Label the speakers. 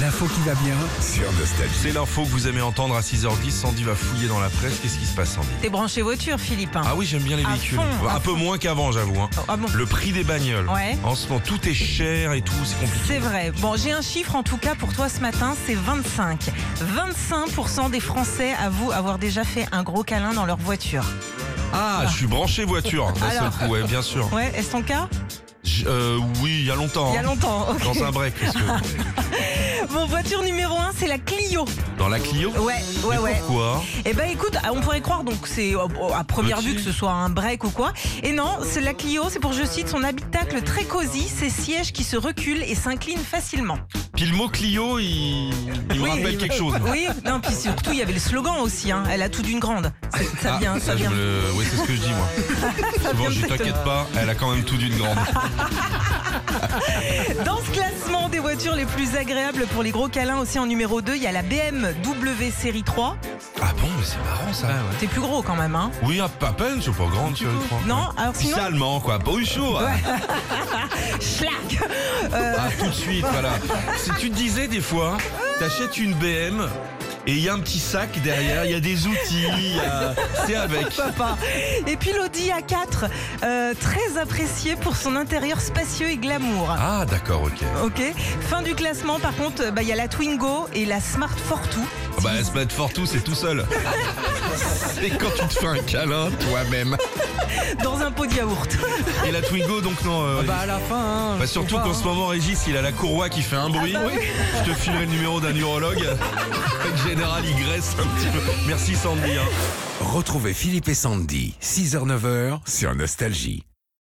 Speaker 1: L'info qui va bien.
Speaker 2: sur Nostalgie.
Speaker 3: C'est l'info que vous aimez entendre à 6h10. Sandy va fouiller dans la presse. Qu'est-ce qui se passe, Sandy
Speaker 4: T'es branché voiture, Philippe. hein.
Speaker 3: Ah oui, j'aime bien les
Speaker 4: À
Speaker 3: véhicules.
Speaker 4: fond, à
Speaker 3: un peu
Speaker 4: fond.
Speaker 3: moins qu'avant, j'avoue. hein.
Speaker 4: Oh, ah bon
Speaker 3: Le prix des bagnoles.
Speaker 4: Ouais.
Speaker 3: En ce moment, tout est cher et tout, c'est compliqué.
Speaker 4: C'est vrai. Bon, j'ai un chiffre en tout cas pour toi ce matin, c'est 25. 25% des Français avouent avoir déjà fait un gros câlin dans leur voiture.
Speaker 3: Ah, je suis branché voiture d'un seul
Speaker 4: Alors.
Speaker 3: coup, ouais, bien sûr.
Speaker 4: Ouais, est-ce ton cas
Speaker 3: Je- euh, oui, il y a longtemps.
Speaker 4: Il y a
Speaker 3: hein.
Speaker 4: longtemps. ok.
Speaker 3: Dans un break, parce que-
Speaker 4: Bon, voiture numéro 1, c'est la Clio.
Speaker 3: dans la Clio.
Speaker 4: Ouais, ouais,
Speaker 3: Mais
Speaker 4: ouais.
Speaker 3: Pourquoi
Speaker 4: Eh ben écoute, on pourrait croire donc c'est euh, à première
Speaker 3: Petit.
Speaker 4: vue que ce soit un break ou quoi. Et non, c'est la Clio, c'est pour je cite son habitacle très cosy, ses sièges qui se reculent et s'inclinent facilement.
Speaker 3: Puis le mot Clio, il, il me
Speaker 4: Oui,
Speaker 3: rappelle
Speaker 4: il-
Speaker 3: quelque chose.
Speaker 4: Oui, non, puis surtout il y avait le slogan aussi, hein, elle a tout d'une grande. C'est- Ça
Speaker 3: Ah,
Speaker 4: vient, ça
Speaker 3: je
Speaker 4: vient.
Speaker 3: me le- Oui, c'est ce que je dis, moi. Souvent, je dis, t'inquiète pas, elle a quand même tout d'une grande.
Speaker 4: Dans ce classement des voitures les plus agréables pour les gros câlins aussi en numéro 2, il y a la BMW série 3.
Speaker 3: Ah bon, mais c'est marrant ça.
Speaker 4: C'est plus gros quand même, hein.
Speaker 3: Oui, à à peine, c'est pas grande, tu crois.
Speaker 4: Non, alors
Speaker 3: Puis
Speaker 4: sinon,
Speaker 3: c'est allemand, quoi. Bonjour.
Speaker 4: schlack.
Speaker 3: Ah, tout de suite, voilà. Si tu te disais des fois, t'achètes une BM et il y a un petit sac derrière, il y a des outils, il y a- c'est avec.
Speaker 4: Papa. Et puis l'Audi A4, euh, très apprécié pour son intérieur spacieux et glamour.
Speaker 3: Ah, d'accord, ok.
Speaker 4: Ok. Fin du classement, par contre, bah, il y a la Twingo et la Smart Fortwo.
Speaker 3: Bah, elle se met fort tout, c'est tout seul. C'est quand tu te fais un câlin toi-même.
Speaker 4: dans un pot de yaourt.
Speaker 3: Et la Twingo, donc non. euh,
Speaker 1: Bah à la fin. hein,
Speaker 3: Bah
Speaker 1: faut
Speaker 3: surtout
Speaker 1: voir,
Speaker 3: qu'en ce moment, Régis, il a la courroie qui fait un bruit. Je te filerai le numéro d'un urologue. En général, il graisse un petit peu. Merci Sandy. hein.
Speaker 2: Retrouvez Philippe et Sandy,
Speaker 1: 6h-9h
Speaker 2: sur Nostalgie.